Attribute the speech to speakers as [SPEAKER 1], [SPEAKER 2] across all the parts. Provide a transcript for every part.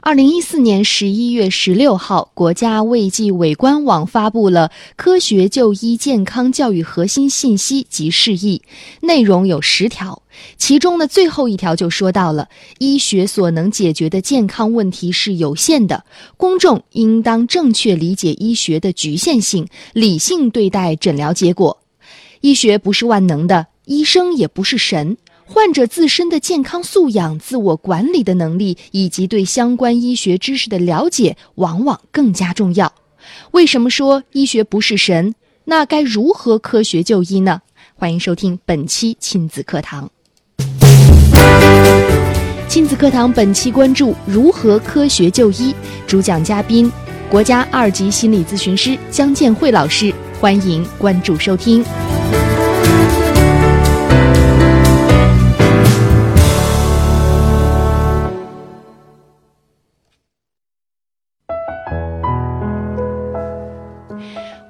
[SPEAKER 1] 二零一四年十一月十六号，国家卫计委官网发布了《科学就医健康教育核心信息及释义》，内容有十条，其中的最后一条就说到了医学所能解决的健康问题是有限的，公众应当正确理解医学的局限性，理性对待诊疗结果。医学不是万能的，医生也不是神。患者自身的健康素养、自我管理的能力以及对相关医学知识的了解，往往更加重要。为什么说医学不是神？那该如何科学就医呢？欢迎收听本期亲子课堂。亲子课堂本期关注如何科学就医，主讲嘉宾国家二级心理咨询师江建慧老师，欢迎关注收听。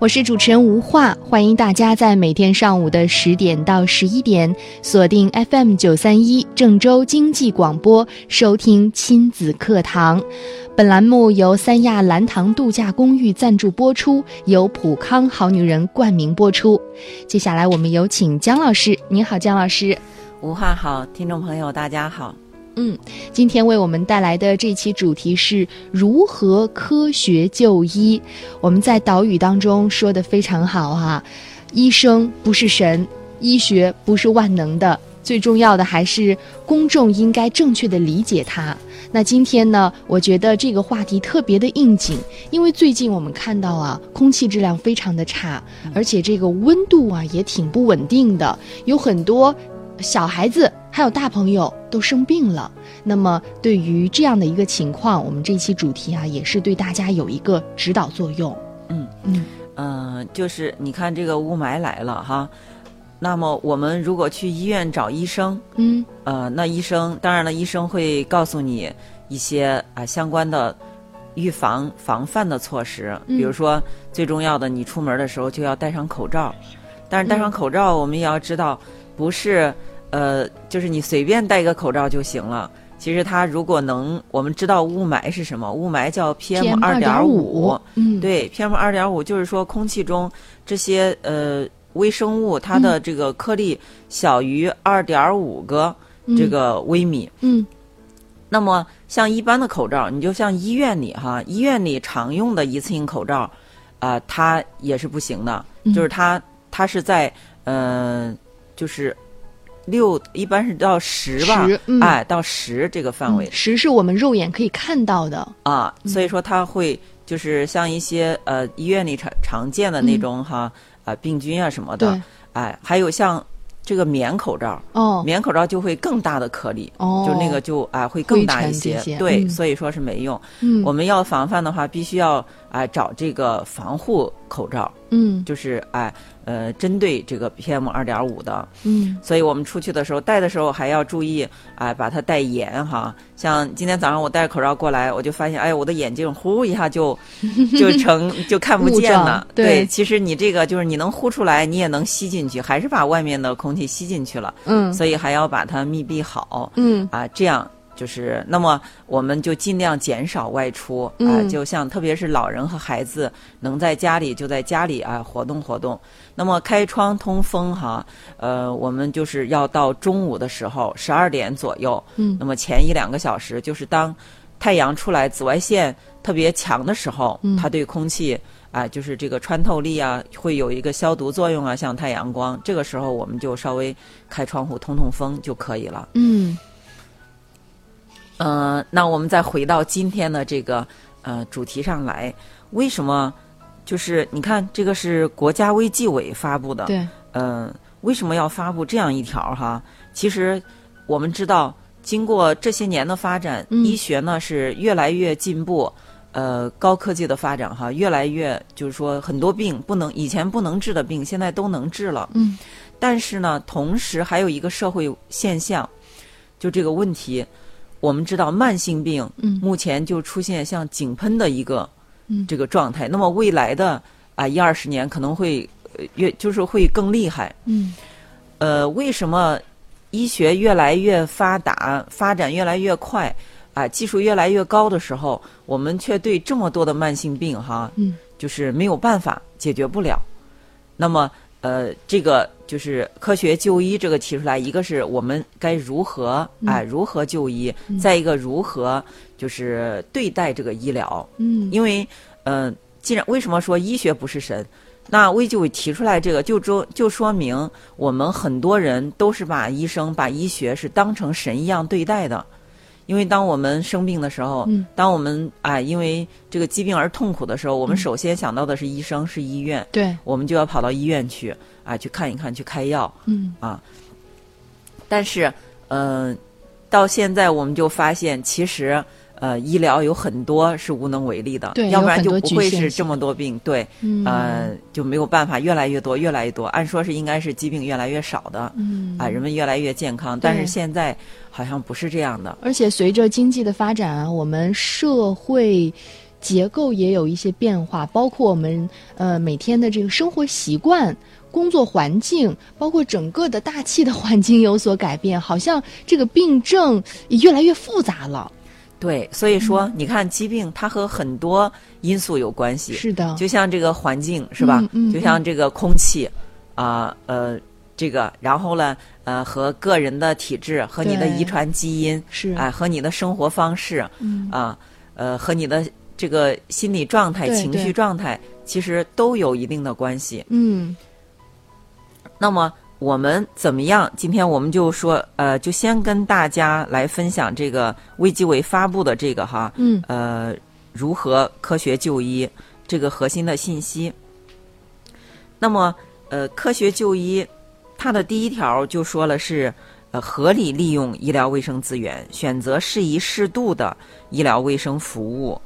[SPEAKER 1] 我是主持人吴化，欢迎大家在每天上午的十点到十一点锁定 FM 九三一郑州经济广播收听亲子课堂。本栏目由三亚蓝塘度假公寓赞助播出，由普康好女人冠名播出。接下来我们有请姜老师，您好，姜老师。
[SPEAKER 2] 吴汉好，听众朋友大家好。
[SPEAKER 1] 嗯，今天为我们带来的这期主题是如何科学就医。我们在导语当中说的非常好哈、医生不是神，医学不是万能的，最重要的还是公众应该正确的理解它。那今天呢，我觉得这个话题特别的应景，因为最近我们看到啊，空气质量非常的差，而且这个温度啊也挺不稳定的，有很多小孩子还有大朋友都生病了。那么对于这样的一个情况，我们这期主题啊，也是对大家有一个指导作用。
[SPEAKER 2] 嗯
[SPEAKER 1] 嗯
[SPEAKER 2] 嗯、就是你看这个雾霾来了哈，那么我们如果去医院找医生，
[SPEAKER 1] 嗯
[SPEAKER 2] 呃，那医生当然了，医生会告诉你一些啊相关的预防防范的措施，
[SPEAKER 1] 嗯
[SPEAKER 2] 比如说最重要的，你出门的时候就要戴上口罩。但是戴上口罩，我们也要知道，不是呃，就是你随便戴一个口罩就行了。其实它如果能，我们知道雾霾是什么，雾霾叫 PM 二点五，
[SPEAKER 1] 嗯，
[SPEAKER 2] 对，PM 二点五就是说空气中这些呃微生物它的这个颗粒小于二点五个
[SPEAKER 1] 嗯
[SPEAKER 2] 这个微米。
[SPEAKER 1] 嗯
[SPEAKER 2] 那么像一般的口罩，你就像医院里
[SPEAKER 1] 嗯
[SPEAKER 2] 哈，医院里常用的一次性口罩，啊、它也是不行的，
[SPEAKER 1] 嗯
[SPEAKER 2] 就是它它是在呃就是六一般是到十吧，
[SPEAKER 1] 十嗯
[SPEAKER 2] 哎到十这个范围
[SPEAKER 1] 嗯，十是我们肉眼可以看到的，
[SPEAKER 2] 啊，
[SPEAKER 1] 嗯
[SPEAKER 2] 所以说它会就是像一些呃医院里常常见的那种哈啊、病菌啊什么的
[SPEAKER 1] 嗯对，
[SPEAKER 2] 哎，还有像这个棉口罩，
[SPEAKER 1] 哦
[SPEAKER 2] 棉口罩就会更大的颗粒，
[SPEAKER 1] 哦，
[SPEAKER 2] 就那个就啊、会更大一
[SPEAKER 1] 灰尘这些
[SPEAKER 2] 些，对，
[SPEAKER 1] 嗯
[SPEAKER 2] 所以说是没用。
[SPEAKER 1] 嗯
[SPEAKER 2] 我们要防范的话，必须要啊、找这个防护口罩，
[SPEAKER 1] 嗯
[SPEAKER 2] 就是哎呃针对这个 PM 二点五的，
[SPEAKER 1] 嗯
[SPEAKER 2] 所以我们出去的时候戴的时候还要注意啊、把它戴严哈。像今天早上我戴着口罩过来，我就发现，哎，我的眼睛呼一 下就就成就看不见
[SPEAKER 1] 雾
[SPEAKER 2] 了
[SPEAKER 1] 状。对
[SPEAKER 2] 其实你这个就是你能呼出来，你也能吸进去，还是把外面的空气吸进去了，
[SPEAKER 1] 嗯
[SPEAKER 2] 所以还要把它密闭好
[SPEAKER 1] 嗯
[SPEAKER 2] 啊、这样。就是，那么我们就尽量减少外出啊、
[SPEAKER 1] 嗯
[SPEAKER 2] 就像特别是老人和孩子，能在家里就在家里啊、活动活动。那么开窗通风哈，呃，我们就是要到中午的时候，十二点左右，
[SPEAKER 1] 嗯
[SPEAKER 2] 那么前一两个小时，就是当太阳出来，紫外线特别强的时候，
[SPEAKER 1] 嗯
[SPEAKER 2] 它对空气啊、就是这个穿透力啊，会有一个消毒作用啊，像太阳光，这个时候我们就稍微开窗户通通风就可以了。
[SPEAKER 1] 嗯
[SPEAKER 2] 呃，那我们再回到今天的这个呃主题上来，为什么？就是你看，这个是国家卫计委发布的，
[SPEAKER 1] 对
[SPEAKER 2] 嗯，为什么要发布这样一条哈？其实我们知道，经过这些年的发展，
[SPEAKER 1] 嗯
[SPEAKER 2] 医学呢是越来越进步，呃，高科技的发展哈，越来越就是说很多病不能以前不能治的病，现在都能治了。
[SPEAKER 1] 嗯
[SPEAKER 2] 但是呢，同时还有一个社会现象，就这个问题，我们知道慢性病
[SPEAKER 1] 嗯
[SPEAKER 2] 目前就出现像井喷的一个
[SPEAKER 1] 嗯
[SPEAKER 2] 这个状态。那么未来的啊一二十年可能会呃越就是会更厉害。
[SPEAKER 1] 嗯
[SPEAKER 2] 呃，为什么医学越来越发达、发展越来越快啊、技术越来越高的时候，我们却对这么多的慢性病哈，
[SPEAKER 1] 嗯
[SPEAKER 2] 就是没有办法解决不了？那么，呃，这个就是科学就医这个提出来，一个是我们该如何啊、如何就医，再一个如何就是对待这个医疗。
[SPEAKER 1] 嗯
[SPEAKER 2] 因为，呃，既然为什么说医学不是神？那卫计委提出来这个，就说就说明我们很多人都是把医生、把医学是当成神一样对待的。因为当我们生病的时候，
[SPEAKER 1] 嗯
[SPEAKER 2] 当我们啊、因为这个疾病而痛苦的时候，我们首先想到的是医生、是医院，
[SPEAKER 1] 对，
[SPEAKER 2] 我们就要跑到医院去啊、去看一看，去开药。
[SPEAKER 1] 嗯
[SPEAKER 2] 啊但是，嗯、到现在我们就发现，其实呃，医疗有很多是无能为力的，
[SPEAKER 1] 对
[SPEAKER 2] 要不然
[SPEAKER 1] 有
[SPEAKER 2] 就
[SPEAKER 1] 很多
[SPEAKER 2] 不会
[SPEAKER 1] 局限
[SPEAKER 2] 是
[SPEAKER 1] 性
[SPEAKER 2] 这么多病，对，
[SPEAKER 1] 嗯
[SPEAKER 2] 呃，就没有办法，越来越多，越来越多。按说是应该是疾病越来越少的，啊、
[SPEAKER 1] 嗯
[SPEAKER 2] 人们越来越健康，但
[SPEAKER 1] 对
[SPEAKER 2] 是现在好像不是这样的，
[SPEAKER 1] 而且随着经济的发展啊，我们社会结构也有一些变化，包括我们呃每天的这个生活习惯、工作环境，包括整个的大气的环境有所改变，好像这个病症也越来越复杂了。
[SPEAKER 2] 对，所以
[SPEAKER 1] 嗯
[SPEAKER 2] 说，你看疾病它和很多因素有关系，
[SPEAKER 1] 是的，
[SPEAKER 2] 就像这个环境是吧？
[SPEAKER 1] 嗯嗯
[SPEAKER 2] 就像这个空气，啊呃这个，然后呢，呃和个人的体质和你的
[SPEAKER 1] 对
[SPEAKER 2] 遗传基因，
[SPEAKER 1] 是
[SPEAKER 2] 哎、和你的生活方式啊、
[SPEAKER 1] 嗯
[SPEAKER 2] 呃和你的这个心理状态、
[SPEAKER 1] 对
[SPEAKER 2] 情
[SPEAKER 1] 对
[SPEAKER 2] 绪状态，其实都有一定的关系。
[SPEAKER 1] 嗯
[SPEAKER 2] 那么我们怎么样？今天我们就说，呃，就先跟大家来分享这个卫计委发布的这个哈，
[SPEAKER 1] 嗯
[SPEAKER 2] 呃，如何科学就医这个核心的信息。那么，呃，科学就医，它的第一条就说了是，呃，合理利用医疗卫生资源，选择适宜适度的医疗卫生服务。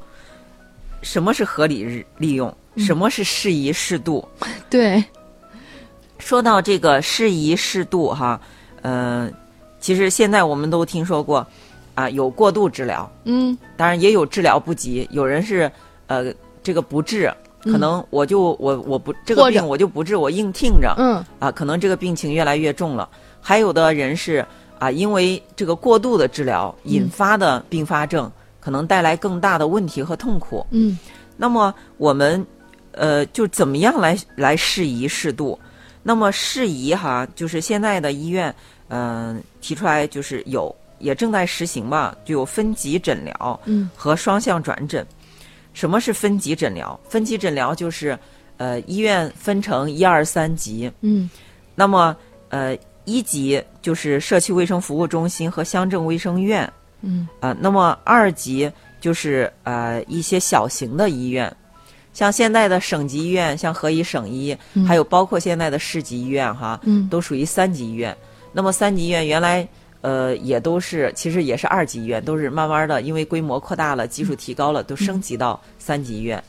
[SPEAKER 2] 什么是合理利用？什么是适宜适度？
[SPEAKER 1] 对，
[SPEAKER 2] 说到这个适宜适度哈，呃，其实现在我们都听说过，啊、有过度治疗，
[SPEAKER 1] 嗯
[SPEAKER 2] 当然也有治疗不及，有人是呃这个不治，可能我就、我我不这
[SPEAKER 1] 嗯或
[SPEAKER 2] 个
[SPEAKER 1] 者
[SPEAKER 2] 病我就不治，我硬挺着，
[SPEAKER 1] 嗯
[SPEAKER 2] 啊，可能这个病情越来越重了。还有的人是啊，因为这个过度的治疗引发的并发症，可能带来更大的问题和痛苦。
[SPEAKER 1] 嗯
[SPEAKER 2] 那么我们呃，就怎么样来来适宜适度？那么适宜哈，就是现在的医院嗯、呃提出来就是有也正在实行吧，就有分级诊疗
[SPEAKER 1] 嗯
[SPEAKER 2] 和双向转诊。什么是分级诊疗？分级诊疗就是呃医院分成一二三级，
[SPEAKER 1] 嗯
[SPEAKER 2] 那么呃一级就是社区卫生服务中心和乡镇卫生院，
[SPEAKER 1] 嗯
[SPEAKER 2] 啊，那么二级就是呃一些小型的医院，像现在的省级医院，像河医省医，
[SPEAKER 1] 嗯
[SPEAKER 2] 还有包括现在的市级医院哈，
[SPEAKER 1] 嗯
[SPEAKER 2] 都属于三级医院。那么三级医院原来呃也都是，其实也是二级医院，都是慢慢的因为规模扩大了，技术提高了，都升级到三级医院。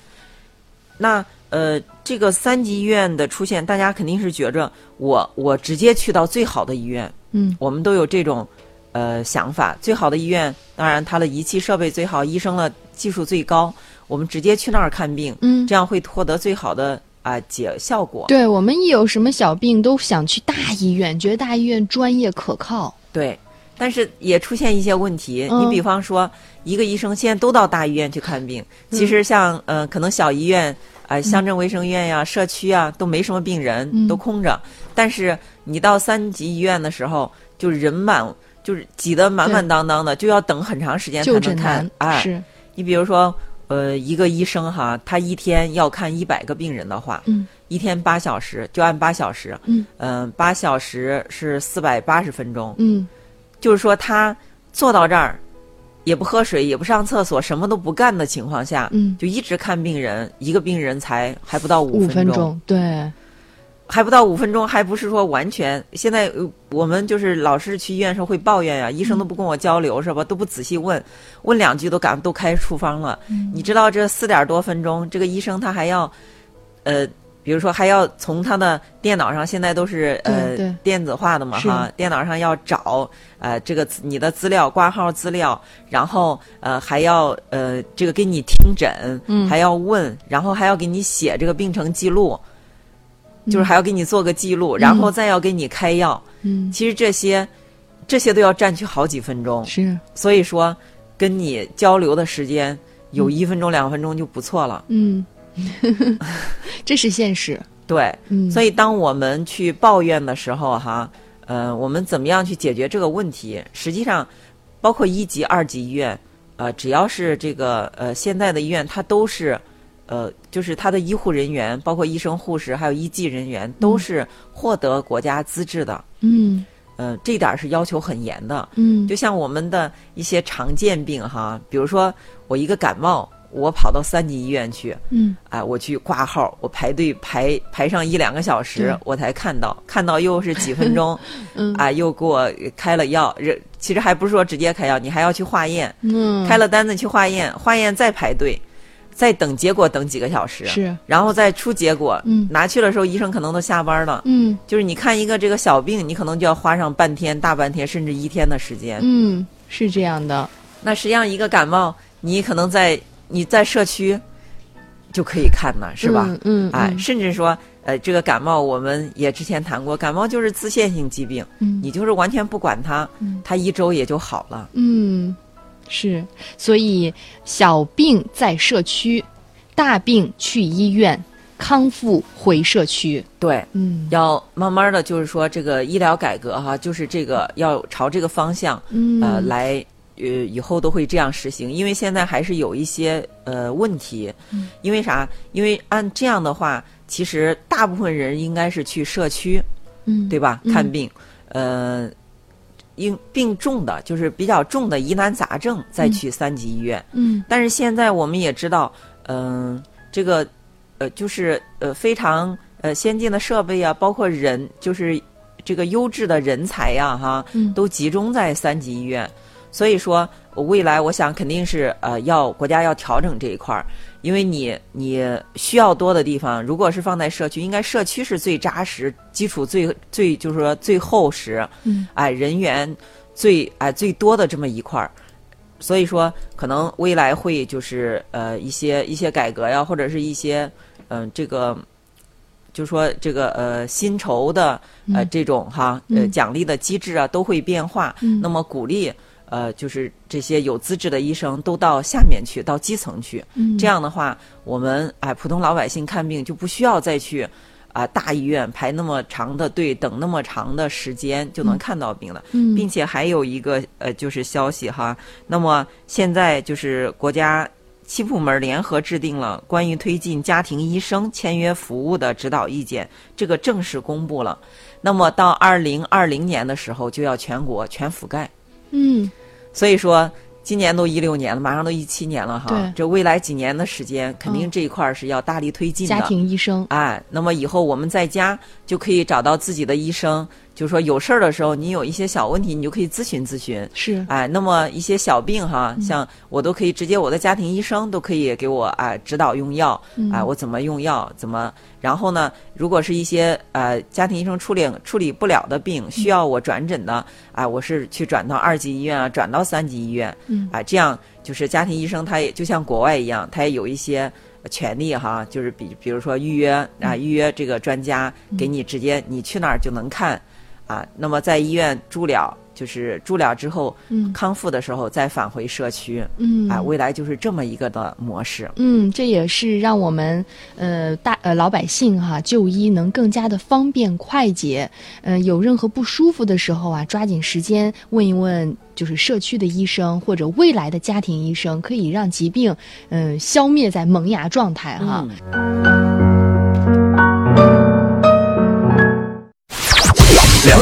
[SPEAKER 2] 那呃，这个三级医院的出现，大家肯定是觉着我我直接去到最好的医院，
[SPEAKER 1] 嗯
[SPEAKER 2] 我们都有这种呃想法。最好的医院，当然它的仪器设备最好，医生的技术最高，我们直接去那儿看病，
[SPEAKER 1] 嗯
[SPEAKER 2] 这，样会获得最好的啊、解效果。
[SPEAKER 1] 对我们一有什么小病都想去大医院，觉得大医院专业可靠。
[SPEAKER 2] 对，但是也出现一些问题。
[SPEAKER 1] 嗯
[SPEAKER 2] 你比方说，一个医生现在都到大医院去看病，
[SPEAKER 1] 嗯
[SPEAKER 2] 其实像呃，可能小医院。啊、乡镇卫生院呀、社区啊，都没什么病人，
[SPEAKER 1] 嗯
[SPEAKER 2] 都空着。但是你到三级医院的时候，就人满，就是挤得满满当当的，就要等很长时间才
[SPEAKER 1] 就
[SPEAKER 2] 能
[SPEAKER 1] 诊
[SPEAKER 2] 看
[SPEAKER 1] 难。
[SPEAKER 2] 哎，
[SPEAKER 1] 是，
[SPEAKER 2] 你比如说，呃，一个医生哈，他一天要看一百个病人的话，
[SPEAKER 1] 嗯
[SPEAKER 2] 一天八小时，就按八小时，
[SPEAKER 1] 嗯
[SPEAKER 2] 嗯、八小时是四百八十分钟，
[SPEAKER 1] 嗯
[SPEAKER 2] 就是说他坐到这儿，也不喝水，也不上厕所，什么都不干的情况下，
[SPEAKER 1] 嗯，
[SPEAKER 2] 就一直看病人，一个病人才还不到
[SPEAKER 1] 五
[SPEAKER 2] 五
[SPEAKER 1] 分
[SPEAKER 2] 钟，
[SPEAKER 1] 钟，对，
[SPEAKER 2] 还不到五分钟，还不是说完全。现在呃我们就是老是去医院的时候会抱怨呀、医生都不跟我交流是吧？都不仔细问，问两句都赶嗯都开处方了。你知道这四点多分钟，这个医生他还要，呃，比如说还要从他的电脑上，现在都是呃
[SPEAKER 1] 对对
[SPEAKER 2] 电子化的嘛
[SPEAKER 1] 是
[SPEAKER 2] 哈，电脑上要找呃这个资你的资料挂号资料，然后呃还要呃这个给你听诊，
[SPEAKER 1] 嗯
[SPEAKER 2] 还要问，然后还要给你写这个病程记录，就是
[SPEAKER 1] 嗯
[SPEAKER 2] 还要给你做个记录，然后再要给你开药。
[SPEAKER 1] 嗯，
[SPEAKER 2] 其实这些这些都要占去好几分钟，
[SPEAKER 1] 是，
[SPEAKER 2] 所以说跟你交流的时间有一分钟两分钟就不错了。
[SPEAKER 1] 嗯，这是现实，
[SPEAKER 2] 对，
[SPEAKER 1] 嗯，
[SPEAKER 2] 所
[SPEAKER 1] 以
[SPEAKER 2] 以当我们去抱怨的时候，哈，呃，我们怎么样去解决这个问题？实际上，包括一级、二级医院，呃，只要是这个呃现在的医院，它都是，呃，就是它的医护人员，包括医生、护士，还有医技人员，都是获得国家资质的。
[SPEAKER 1] 嗯
[SPEAKER 2] 呃，这点儿是要求很严的。
[SPEAKER 1] 嗯，
[SPEAKER 2] 就像我们的一些常见病哈，比如说我一个感冒，我跑到三级医院去，
[SPEAKER 1] 嗯
[SPEAKER 2] 哎，我去挂号，我排队排排上一两个小时
[SPEAKER 1] 对，
[SPEAKER 2] 我才看到，看到又是几 分钟，
[SPEAKER 1] 嗯
[SPEAKER 2] 啊，又给我开了药，这其实还不是说直接开药，你还要去化验，
[SPEAKER 1] 嗯，
[SPEAKER 2] 开了单子去化验，化验再排队，再等结果等几个小时，
[SPEAKER 1] 是，
[SPEAKER 2] 然后再出结果，
[SPEAKER 1] 嗯
[SPEAKER 2] 拿去的时候医生可能都下班了，
[SPEAKER 1] 嗯
[SPEAKER 2] 就是你看一个这个小病，你可能就要花上半天、大半天甚至一天的时间，
[SPEAKER 1] 嗯，是这样的，
[SPEAKER 2] 那实际上一个感冒，你可能在你在社区就可以看呢，是吧？
[SPEAKER 1] 嗯？嗯，
[SPEAKER 2] 哎，
[SPEAKER 1] 嗯，
[SPEAKER 2] 甚至说，呃，这个感冒我们也之前谈过，感冒就是自限性疾病，
[SPEAKER 1] 嗯
[SPEAKER 2] 你就是完全不管它，
[SPEAKER 1] 嗯
[SPEAKER 2] 它一周也就好了。
[SPEAKER 1] 嗯，是，所以小病在社区，大病去医院，康复回社区。
[SPEAKER 2] 对，
[SPEAKER 1] 嗯
[SPEAKER 2] 要慢慢的就是说这个医疗改革哈、就是这个要朝这个方向，
[SPEAKER 1] 嗯
[SPEAKER 2] 呃，来。呃，以后都会这样实行，因为现在还是有一些呃问题，
[SPEAKER 1] 嗯
[SPEAKER 2] 因为啥？因为按这样的话，其实大部分人应该是去社区，
[SPEAKER 1] 嗯，
[SPEAKER 2] 对吧？
[SPEAKER 1] 嗯
[SPEAKER 2] 看病，呃，因病重的，就是比较重的疑难杂症，再去三级医院。
[SPEAKER 1] 嗯
[SPEAKER 2] 但是现在我们也知道，嗯、这个，呃，就是呃非常呃先进的设备啊，包括人，就是这个优质的人才呀、哈，
[SPEAKER 1] 嗯
[SPEAKER 2] 都集中在三级医院。所以说，未来我想肯定是呃要国家要调整这一块儿，因为你你需要多的地方，如果是放在社区，应该社区是最扎实、基础最最就是说最厚实，
[SPEAKER 1] 嗯
[SPEAKER 2] 哎、人员最哎、最多的这么一块儿。所以说，可能未来会就是呃一些一些改革呀，或者是一些嗯、这个，就说这个呃薪酬的呃
[SPEAKER 1] 嗯
[SPEAKER 2] 这种哈呃
[SPEAKER 1] 嗯
[SPEAKER 2] 奖励的机制啊都会变化。
[SPEAKER 1] 嗯
[SPEAKER 2] 那么鼓励呃就是这些有资质的医生都到下面去，到基层去。
[SPEAKER 1] 嗯
[SPEAKER 2] 这样的话，我们哎、普通老百姓看病就不需要再去啊、大医院排那么长的队，等那么长的时间就能看到病了。
[SPEAKER 1] 嗯
[SPEAKER 2] 并且还有一个呃，就是消息哈。那么现在就是国家七部门联合制定了关于推进家庭医生签约服务的指导意见，这个正式公布了。那么到二零二零年的时候，就要全国全覆盖。
[SPEAKER 1] 嗯
[SPEAKER 2] 所以说，今年都一六年了，马上都一七年了
[SPEAKER 1] 对
[SPEAKER 2] 哈。这未来几年的时间，肯定
[SPEAKER 1] 嗯
[SPEAKER 2] 这一块儿是要大力推进的。
[SPEAKER 1] 家庭医生
[SPEAKER 2] 哎，那么以后我们在家就可以找到自己的医生，就说有事儿的时候，你有一些小问题，你就可以咨询咨询。
[SPEAKER 1] 是
[SPEAKER 2] 哎，那么一些小病哈，
[SPEAKER 1] 嗯
[SPEAKER 2] 像我都可以直接我的家庭医生都可以给我哎指导用药，哎
[SPEAKER 1] 嗯
[SPEAKER 2] 我怎么用药，怎么，然后呢，如果是一些呃家庭医生处理处理不了的病，
[SPEAKER 1] 嗯
[SPEAKER 2] 需要我转诊的，哎，我是去转到二级医院啊，转到三级医院，
[SPEAKER 1] 嗯
[SPEAKER 2] 啊，这样就是家庭医生他也就像国外一样，他也有一些呃权利哈，就是比比如说预约
[SPEAKER 1] 嗯
[SPEAKER 2] 啊，预约这个专家给你直接你去那儿就能看，啊，那么在医院住了，就是住了之后
[SPEAKER 1] 嗯
[SPEAKER 2] 康复的时候再返回社区，
[SPEAKER 1] 嗯
[SPEAKER 2] 啊，未来就是这么一个的模式。
[SPEAKER 1] 嗯，这也是让我们呃大呃老百姓哈、就医能更加的方便快捷。嗯、有任何不舒服的时候啊，抓紧时间问一问，就是社区的医生或者未来的家庭医生，可以让疾病嗯、呃消灭在萌芽状态哈、
[SPEAKER 2] 嗯
[SPEAKER 3] 了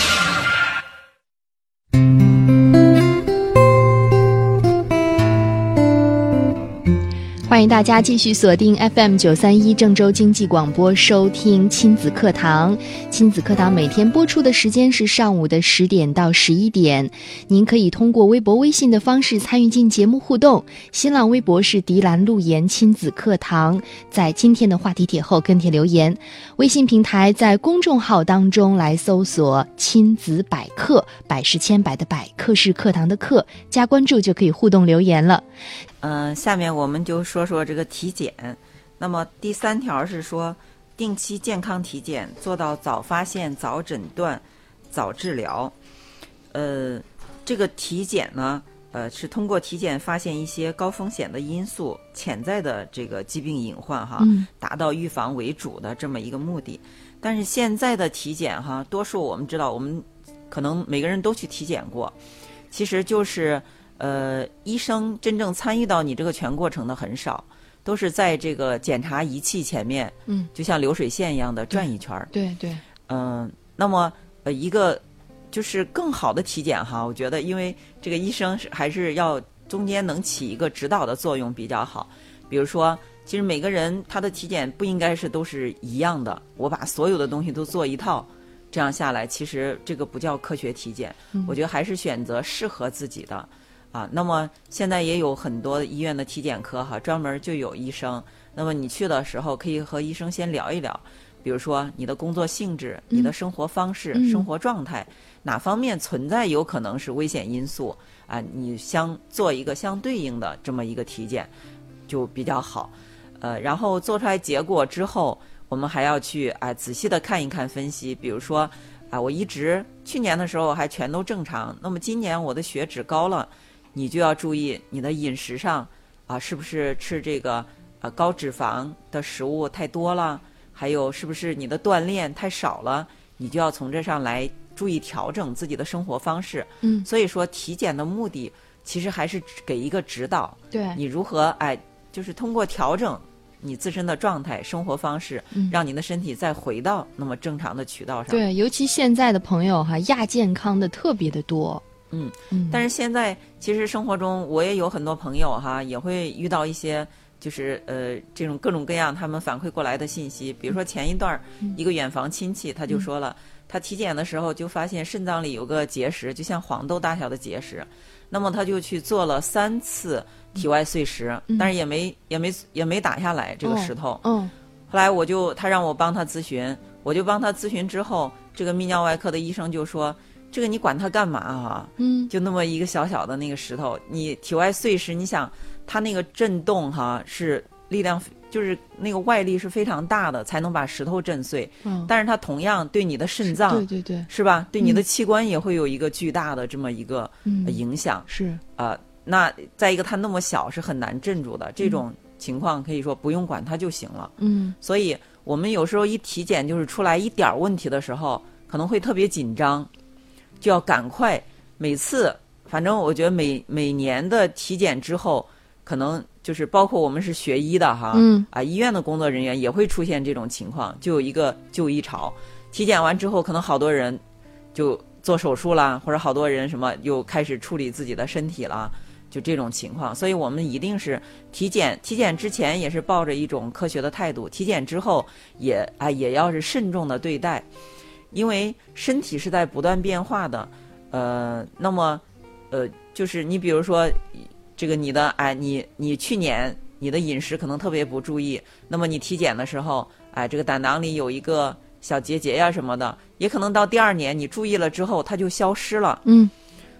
[SPEAKER 1] 欢迎大家继续锁定 FM 九三一郑州经济广播收听亲子课堂。亲子课堂每天播出的时间是上午的十点到十一点。您可以通过微博、微信的方式参与进节目互动。新浪微博是迪兰路言亲子课堂，在今天的话题帖后跟帖留言。微信平台在公众号当中来搜索“亲子百科”，百是千百的百，课是课堂的课，加关注就可以互动留言了。
[SPEAKER 2] 嗯，下面我们就说说这个体检。那么第三条是说，定期健康体检，做到早发现、早诊断、早治疗。呃，这个体检呢，呃，是通过体检发现一些高风险的因素、潜在的这个疾病隐患哈，
[SPEAKER 1] 嗯
[SPEAKER 2] 达到预防为主的这么一个目的。但是现在的体检哈，多数我们知道，我们可能每个人都去体检过，其实就是呃，医生真正参与到你这个全过程的很少，都是在这个检查仪器前面，
[SPEAKER 1] 嗯，
[SPEAKER 2] 就像流水线一样的转一圈儿。
[SPEAKER 1] 对对，
[SPEAKER 2] 嗯、那么呃，一个就是更好的体检哈，我觉得因为这个医生是还是要中间能起一个指导的作用比较好。比如说，其实每个人他的体检不应该是都是一样的，我把所有的东西都做一套，这样下来其实这个不叫科学体检，我觉得还是选择适合自己的。啊，那么现在也有很多医院的体检科哈，专门就有医生。那么你去的时候，可以和医生先聊一聊，比如说你的工作性质、你的生活方式、
[SPEAKER 1] 嗯
[SPEAKER 2] 生活状态，哪方面存在有可能是危险因素啊？你相做一个相对应的这么一个体检，就比较好。呃，然后做出来结果之后，我们还要去啊、仔细的看一看分析，比如说啊、我一直去年的时候还全都正常，那么今年我的血脂高了，你就要注意你的饮食上啊、是不是吃这个呃高脂肪的食物太多了，还有是不是你的锻炼太少了，你就要从这上来注意调整自己的生活方式。
[SPEAKER 1] 嗯，
[SPEAKER 2] 所以说体检的目的其实还是给一个指导，
[SPEAKER 1] 对
[SPEAKER 2] 你如何哎，就是通过调整你自身的状态、生活方式，
[SPEAKER 1] 嗯
[SPEAKER 2] 让你的身体再回到那么正常的渠道上。，
[SPEAKER 1] 对，尤其现在的朋友哈，亚健康的特别的多。
[SPEAKER 2] 嗯
[SPEAKER 1] 嗯，
[SPEAKER 2] 但
[SPEAKER 1] 是
[SPEAKER 2] 是现在其实生活中，我也有很多朋友哈，也会遇到一些就是呃这种各种各样他们反馈过来的信息。比
[SPEAKER 1] 嗯
[SPEAKER 2] 如说前一段儿、一个远房亲戚他就说了，他体检的时候就发现肾脏里有个结石，就像黄豆大小的结石。那么他就去做了三次体
[SPEAKER 1] 嗯
[SPEAKER 2] 外碎石，但是也没也没也没打下来这个石头。
[SPEAKER 1] 嗯
[SPEAKER 2] 后来我就他让我帮他咨询，我就帮他咨询之后，这个泌尿外科的医生就说：“这个你管他干嘛啊？
[SPEAKER 1] 嗯，
[SPEAKER 2] 就那么一个小小的那个石头，你体外碎石，你想它那个震动哈、是力量，就是那个外力是非常大的，才能把石头震碎。
[SPEAKER 1] 嗯
[SPEAKER 2] 但是它同样对你的肾
[SPEAKER 1] 对
[SPEAKER 2] 脏
[SPEAKER 1] 对对，
[SPEAKER 2] 是吧，对你的
[SPEAKER 1] 嗯
[SPEAKER 2] 器官也会有一个巨大的这么一个
[SPEAKER 1] 嗯
[SPEAKER 2] 呃影响。
[SPEAKER 1] 是
[SPEAKER 2] 啊，那再一个，它那么小是很难镇住的，这种情况可以说不用管它就行了。
[SPEAKER 1] 嗯
[SPEAKER 2] 所以我们有时候一体检就是出来一点儿问题的时候，可能会特别紧张，就要赶快。每次，反正我觉得每每年的体检之后，可能就是包括我们是学医的哈，
[SPEAKER 1] 嗯
[SPEAKER 2] 啊，医院的工作人员也会出现这种情况，就有一个就医潮。体检完之后，可能好多人就做手术啦，或者好多人什么又开始处理自己的身体啦，就这种情况。所以我们一定是体检，体检之前也是抱着一种科学的态度，体检之后也啊也要是慎重的对待，因为身体是在不断变化的。呃，那么呃，就是你比如说这个你的哎，你你去年你的饮食可能特别不注意，那么你体检的时候，哎，这个胆囊里有一个小结节呀、什么的，也可能到第二年你注意了之后，它就消失了。
[SPEAKER 1] 嗯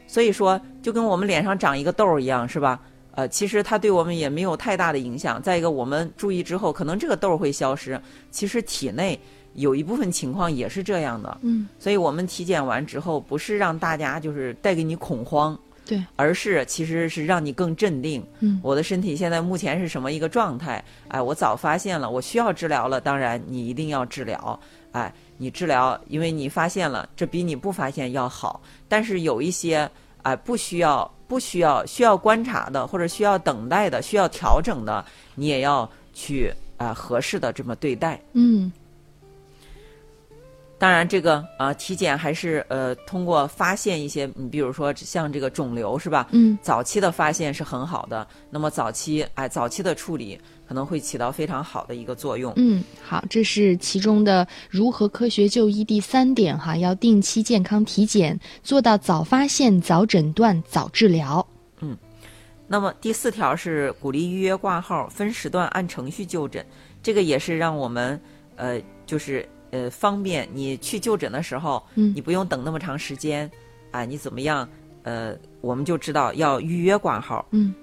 [SPEAKER 2] 所以说，就跟我们脸上长一个痘儿一样，是吧？呃，其实它对我们也没有太大的影响。再一个，我们注意之后，可能这个痘儿会消失。其实体内有一部分情况也是这样的，
[SPEAKER 1] 嗯
[SPEAKER 2] 所以我们体检完之后，不是让大家就是带给你恐慌，
[SPEAKER 1] 对，
[SPEAKER 2] 而是其实是让你更镇定。
[SPEAKER 1] 嗯
[SPEAKER 2] 我的身体现在目前是什么一个状态？哎，我早发现了，我需要治疗了。当然，你一定要治疗。哎，你治疗，因为你发现了，这比你不发现要好。但是有一些哎不需要、不需要、需要观察的，或者需要等待的、需要调整的，你也哎要去啊、合适的这么对待。
[SPEAKER 1] 嗯
[SPEAKER 2] 当然，这个啊、呃体检还是呃通过发现一些，你比如说像这个肿瘤是吧？
[SPEAKER 1] 嗯
[SPEAKER 2] 早期的发现是很好的，那么早期哎早期的处理可能会起到非常好的一个作用。
[SPEAKER 1] 嗯，好，这是其中的如何科学就医第三点哈，要定期健康体检，做到早发现、早诊断、早治疗。
[SPEAKER 2] 那么第四条是鼓励预约挂号，分时段按程序就诊，这个也是让我们呃就是呃方便你去就诊的时候，
[SPEAKER 1] 嗯
[SPEAKER 2] 你不用等那么长时间，啊，你怎么样？呃，我们就知道要预约挂号。
[SPEAKER 1] 嗯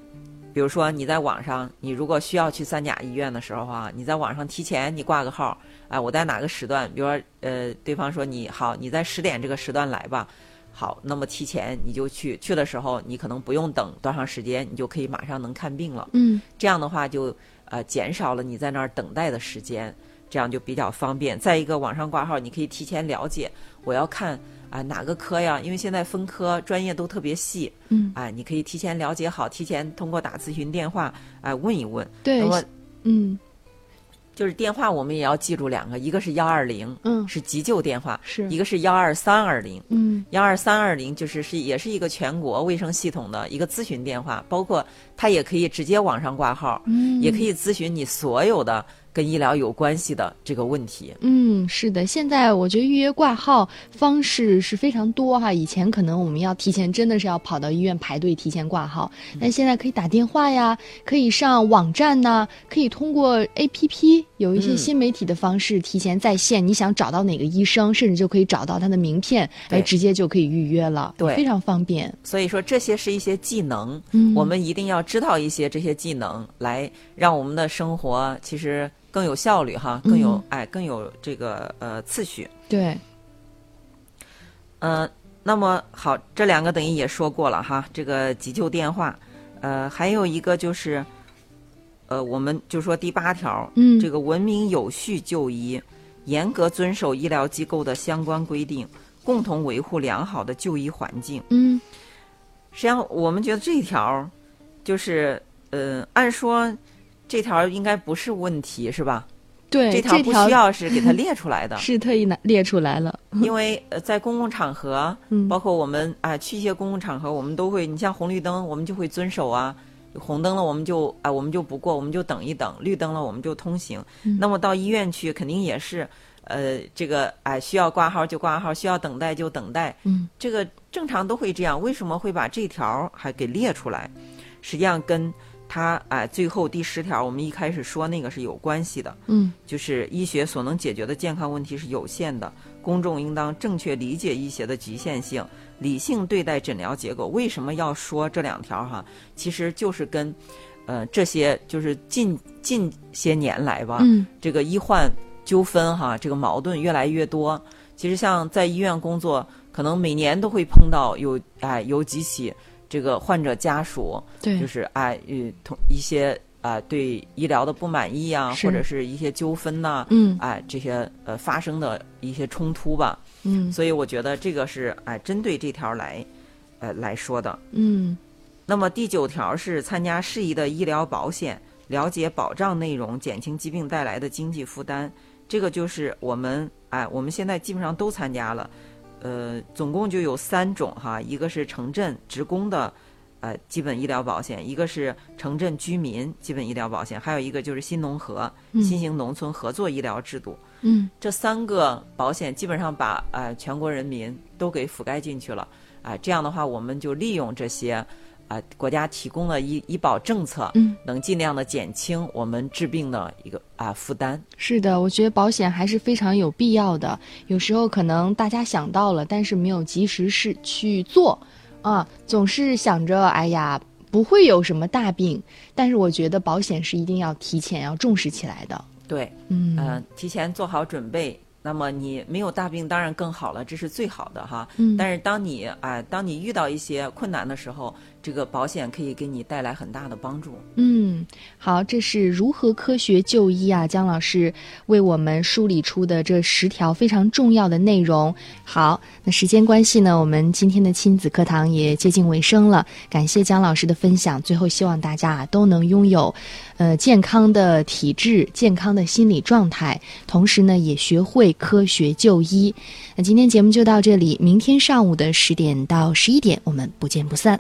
[SPEAKER 2] 比如说你在网上，你如果需要去三甲医院的时候啊，你在网上提前你挂个号，啊，我在哪个时段？比如说，呃，对方说你好，你在十点这个时段来吧。好，那么提前你就去，去的时候你可能不用等多长时间，你就可以马上能看病了。
[SPEAKER 1] 嗯
[SPEAKER 2] 这样的话就呃减少了你在那儿等待的时间，这样就比较方便。再一个，网上挂号你可以提前了解我要看啊、哪个科呀，因为现在分科专业都特别细，
[SPEAKER 1] 嗯，
[SPEAKER 2] 哎，你可以提前了解好，提前通过打咨询电话哎问一问。
[SPEAKER 1] 对
[SPEAKER 2] 那，么
[SPEAKER 1] 嗯
[SPEAKER 2] 就是电话我们也要记住两个，一个是幺二零，
[SPEAKER 1] 嗯
[SPEAKER 2] 是急救电话，
[SPEAKER 1] 是
[SPEAKER 2] 一个是幺二三二零。
[SPEAKER 1] 嗯
[SPEAKER 2] 幺二三二零就是是也是一个全国卫生系统的一个咨询电话，包括它也可以直接网上挂号，
[SPEAKER 1] 嗯，
[SPEAKER 2] 也可以咨询你所有的跟医疗有关系的这个问题。
[SPEAKER 1] 嗯，是的，现在我觉得预约挂号方式是非常多哈。以前可能我们要提前，真的是要跑到医院排队提前挂号，
[SPEAKER 2] 嗯
[SPEAKER 1] 但现在可以打电话呀，可以上网站呐、可以通过 APP 有一些
[SPEAKER 2] 嗯
[SPEAKER 1] 新媒体的方式提前在线，你想找到哪个医生，甚至就可以找到他的名片，哎，
[SPEAKER 2] 对
[SPEAKER 1] 直接就可以预约了，
[SPEAKER 2] 对
[SPEAKER 1] 非常方便。
[SPEAKER 2] 所以说，这些是一些技能，
[SPEAKER 1] 嗯
[SPEAKER 2] 我们一定要知道一些这些技能，来让我们的生活其实更有效率哈，更有、
[SPEAKER 1] 嗯
[SPEAKER 2] 哎，更有这个呃次序。
[SPEAKER 1] 对，
[SPEAKER 2] 呃，那么好，这两个等于也说过了哈，这个急救电话，呃，还有一个就是，呃，我们就说第八条，
[SPEAKER 1] 嗯
[SPEAKER 2] 这个文明有序就医，严格遵守医疗机构的相关规定，共同维护良好的就医环境。
[SPEAKER 1] 嗯
[SPEAKER 2] 实际上，我们觉得这一条儿就是，呃，按说这条儿应该不是问题，是吧？
[SPEAKER 1] 对，，
[SPEAKER 2] 这条儿不需要是给它列出来的
[SPEAKER 1] 是特意拿列出来了，
[SPEAKER 2] 因为呃，在公共场合，
[SPEAKER 1] 嗯
[SPEAKER 2] 包括我们啊、去一些公共场合，我们都会，你像红绿灯，我们就会遵守啊。红灯了，我们就啊、我们就不过，我们就等一等；绿灯了，我们就通行。那么到医院去，肯定也是，呃，这个哎、需要挂号就挂号，需要等待就等待。
[SPEAKER 1] 嗯
[SPEAKER 2] 这个正常都会这样，为什么会把这条儿还给列出来？实际上跟它哎、最后第十条我们一开始说那个是有关系的，
[SPEAKER 1] 嗯
[SPEAKER 2] 就是医学所能解决的健康问题是有限的，公众应当正确理解医学的局限性，理性对待诊疗结果。为什么要说这两条哈？其实就是跟呃这些就是近近些年来吧，
[SPEAKER 1] 嗯
[SPEAKER 2] 这个医患纠纷哈，这个矛盾越来越多。其实像在医院工作，可能每年都会碰到有哎有几起这个患者家属
[SPEAKER 1] 对，
[SPEAKER 2] 就是哎与同一些啊、对医疗的不满意啊，
[SPEAKER 1] 是
[SPEAKER 2] 或者是一些纠纷呐、
[SPEAKER 1] 嗯
[SPEAKER 2] 哎这些呃发生的一些冲突吧。
[SPEAKER 1] 嗯
[SPEAKER 2] 所以我觉得这个是哎针对这条来呃来说的。
[SPEAKER 1] 嗯
[SPEAKER 2] 那么第九条是参加适宜的医疗保险，了解保障内容，减轻疾病带来的经济负担。这个就是我们哎，我们现在基本上都参加了，呃，总共就有三种哈，一个是城镇职工的呃基本医疗保险，一个是城镇居民基本医疗保险，还有一个就是新农合
[SPEAKER 1] 嗯
[SPEAKER 2] 新型农村合作医疗制度。
[SPEAKER 1] 嗯
[SPEAKER 2] 这三个保险基本上把呃全国人民都给覆盖进去了啊、这样的话，我们就利用这些啊、国家提供的医医保政策，
[SPEAKER 1] 嗯。
[SPEAKER 2] 能尽量的减轻我们治病的一个啊、负担。
[SPEAKER 1] 是的，我觉得保险还是非常有必要的。有时候可能大家想到了，但是没有及时是去做，啊，总是想着哎呀不会有什么大病，但是我觉得保险是一定要提前要重视起来的。
[SPEAKER 2] 对，
[SPEAKER 1] 嗯、
[SPEAKER 2] 呃，提前做好准备。那么你没有大病当然更好了，这是最好的哈。
[SPEAKER 1] 嗯
[SPEAKER 2] 但是当你啊、当你遇到一些困难的时候，这个保险可以给你带来很大的帮助。
[SPEAKER 1] 嗯，好，这是如何科学就医啊？姜老师为我们梳理出的这十条非常重要的内容。好，那时间关系呢，我们今天的亲子课堂也接近尾声了，感谢姜老师的分享。最后，希望大家啊都能拥有，呃，健康的体质、健康的心理状态，同时呢也学会科学就医。那今天节目就到这里，明天上午的十点到十一点，我们不见不散。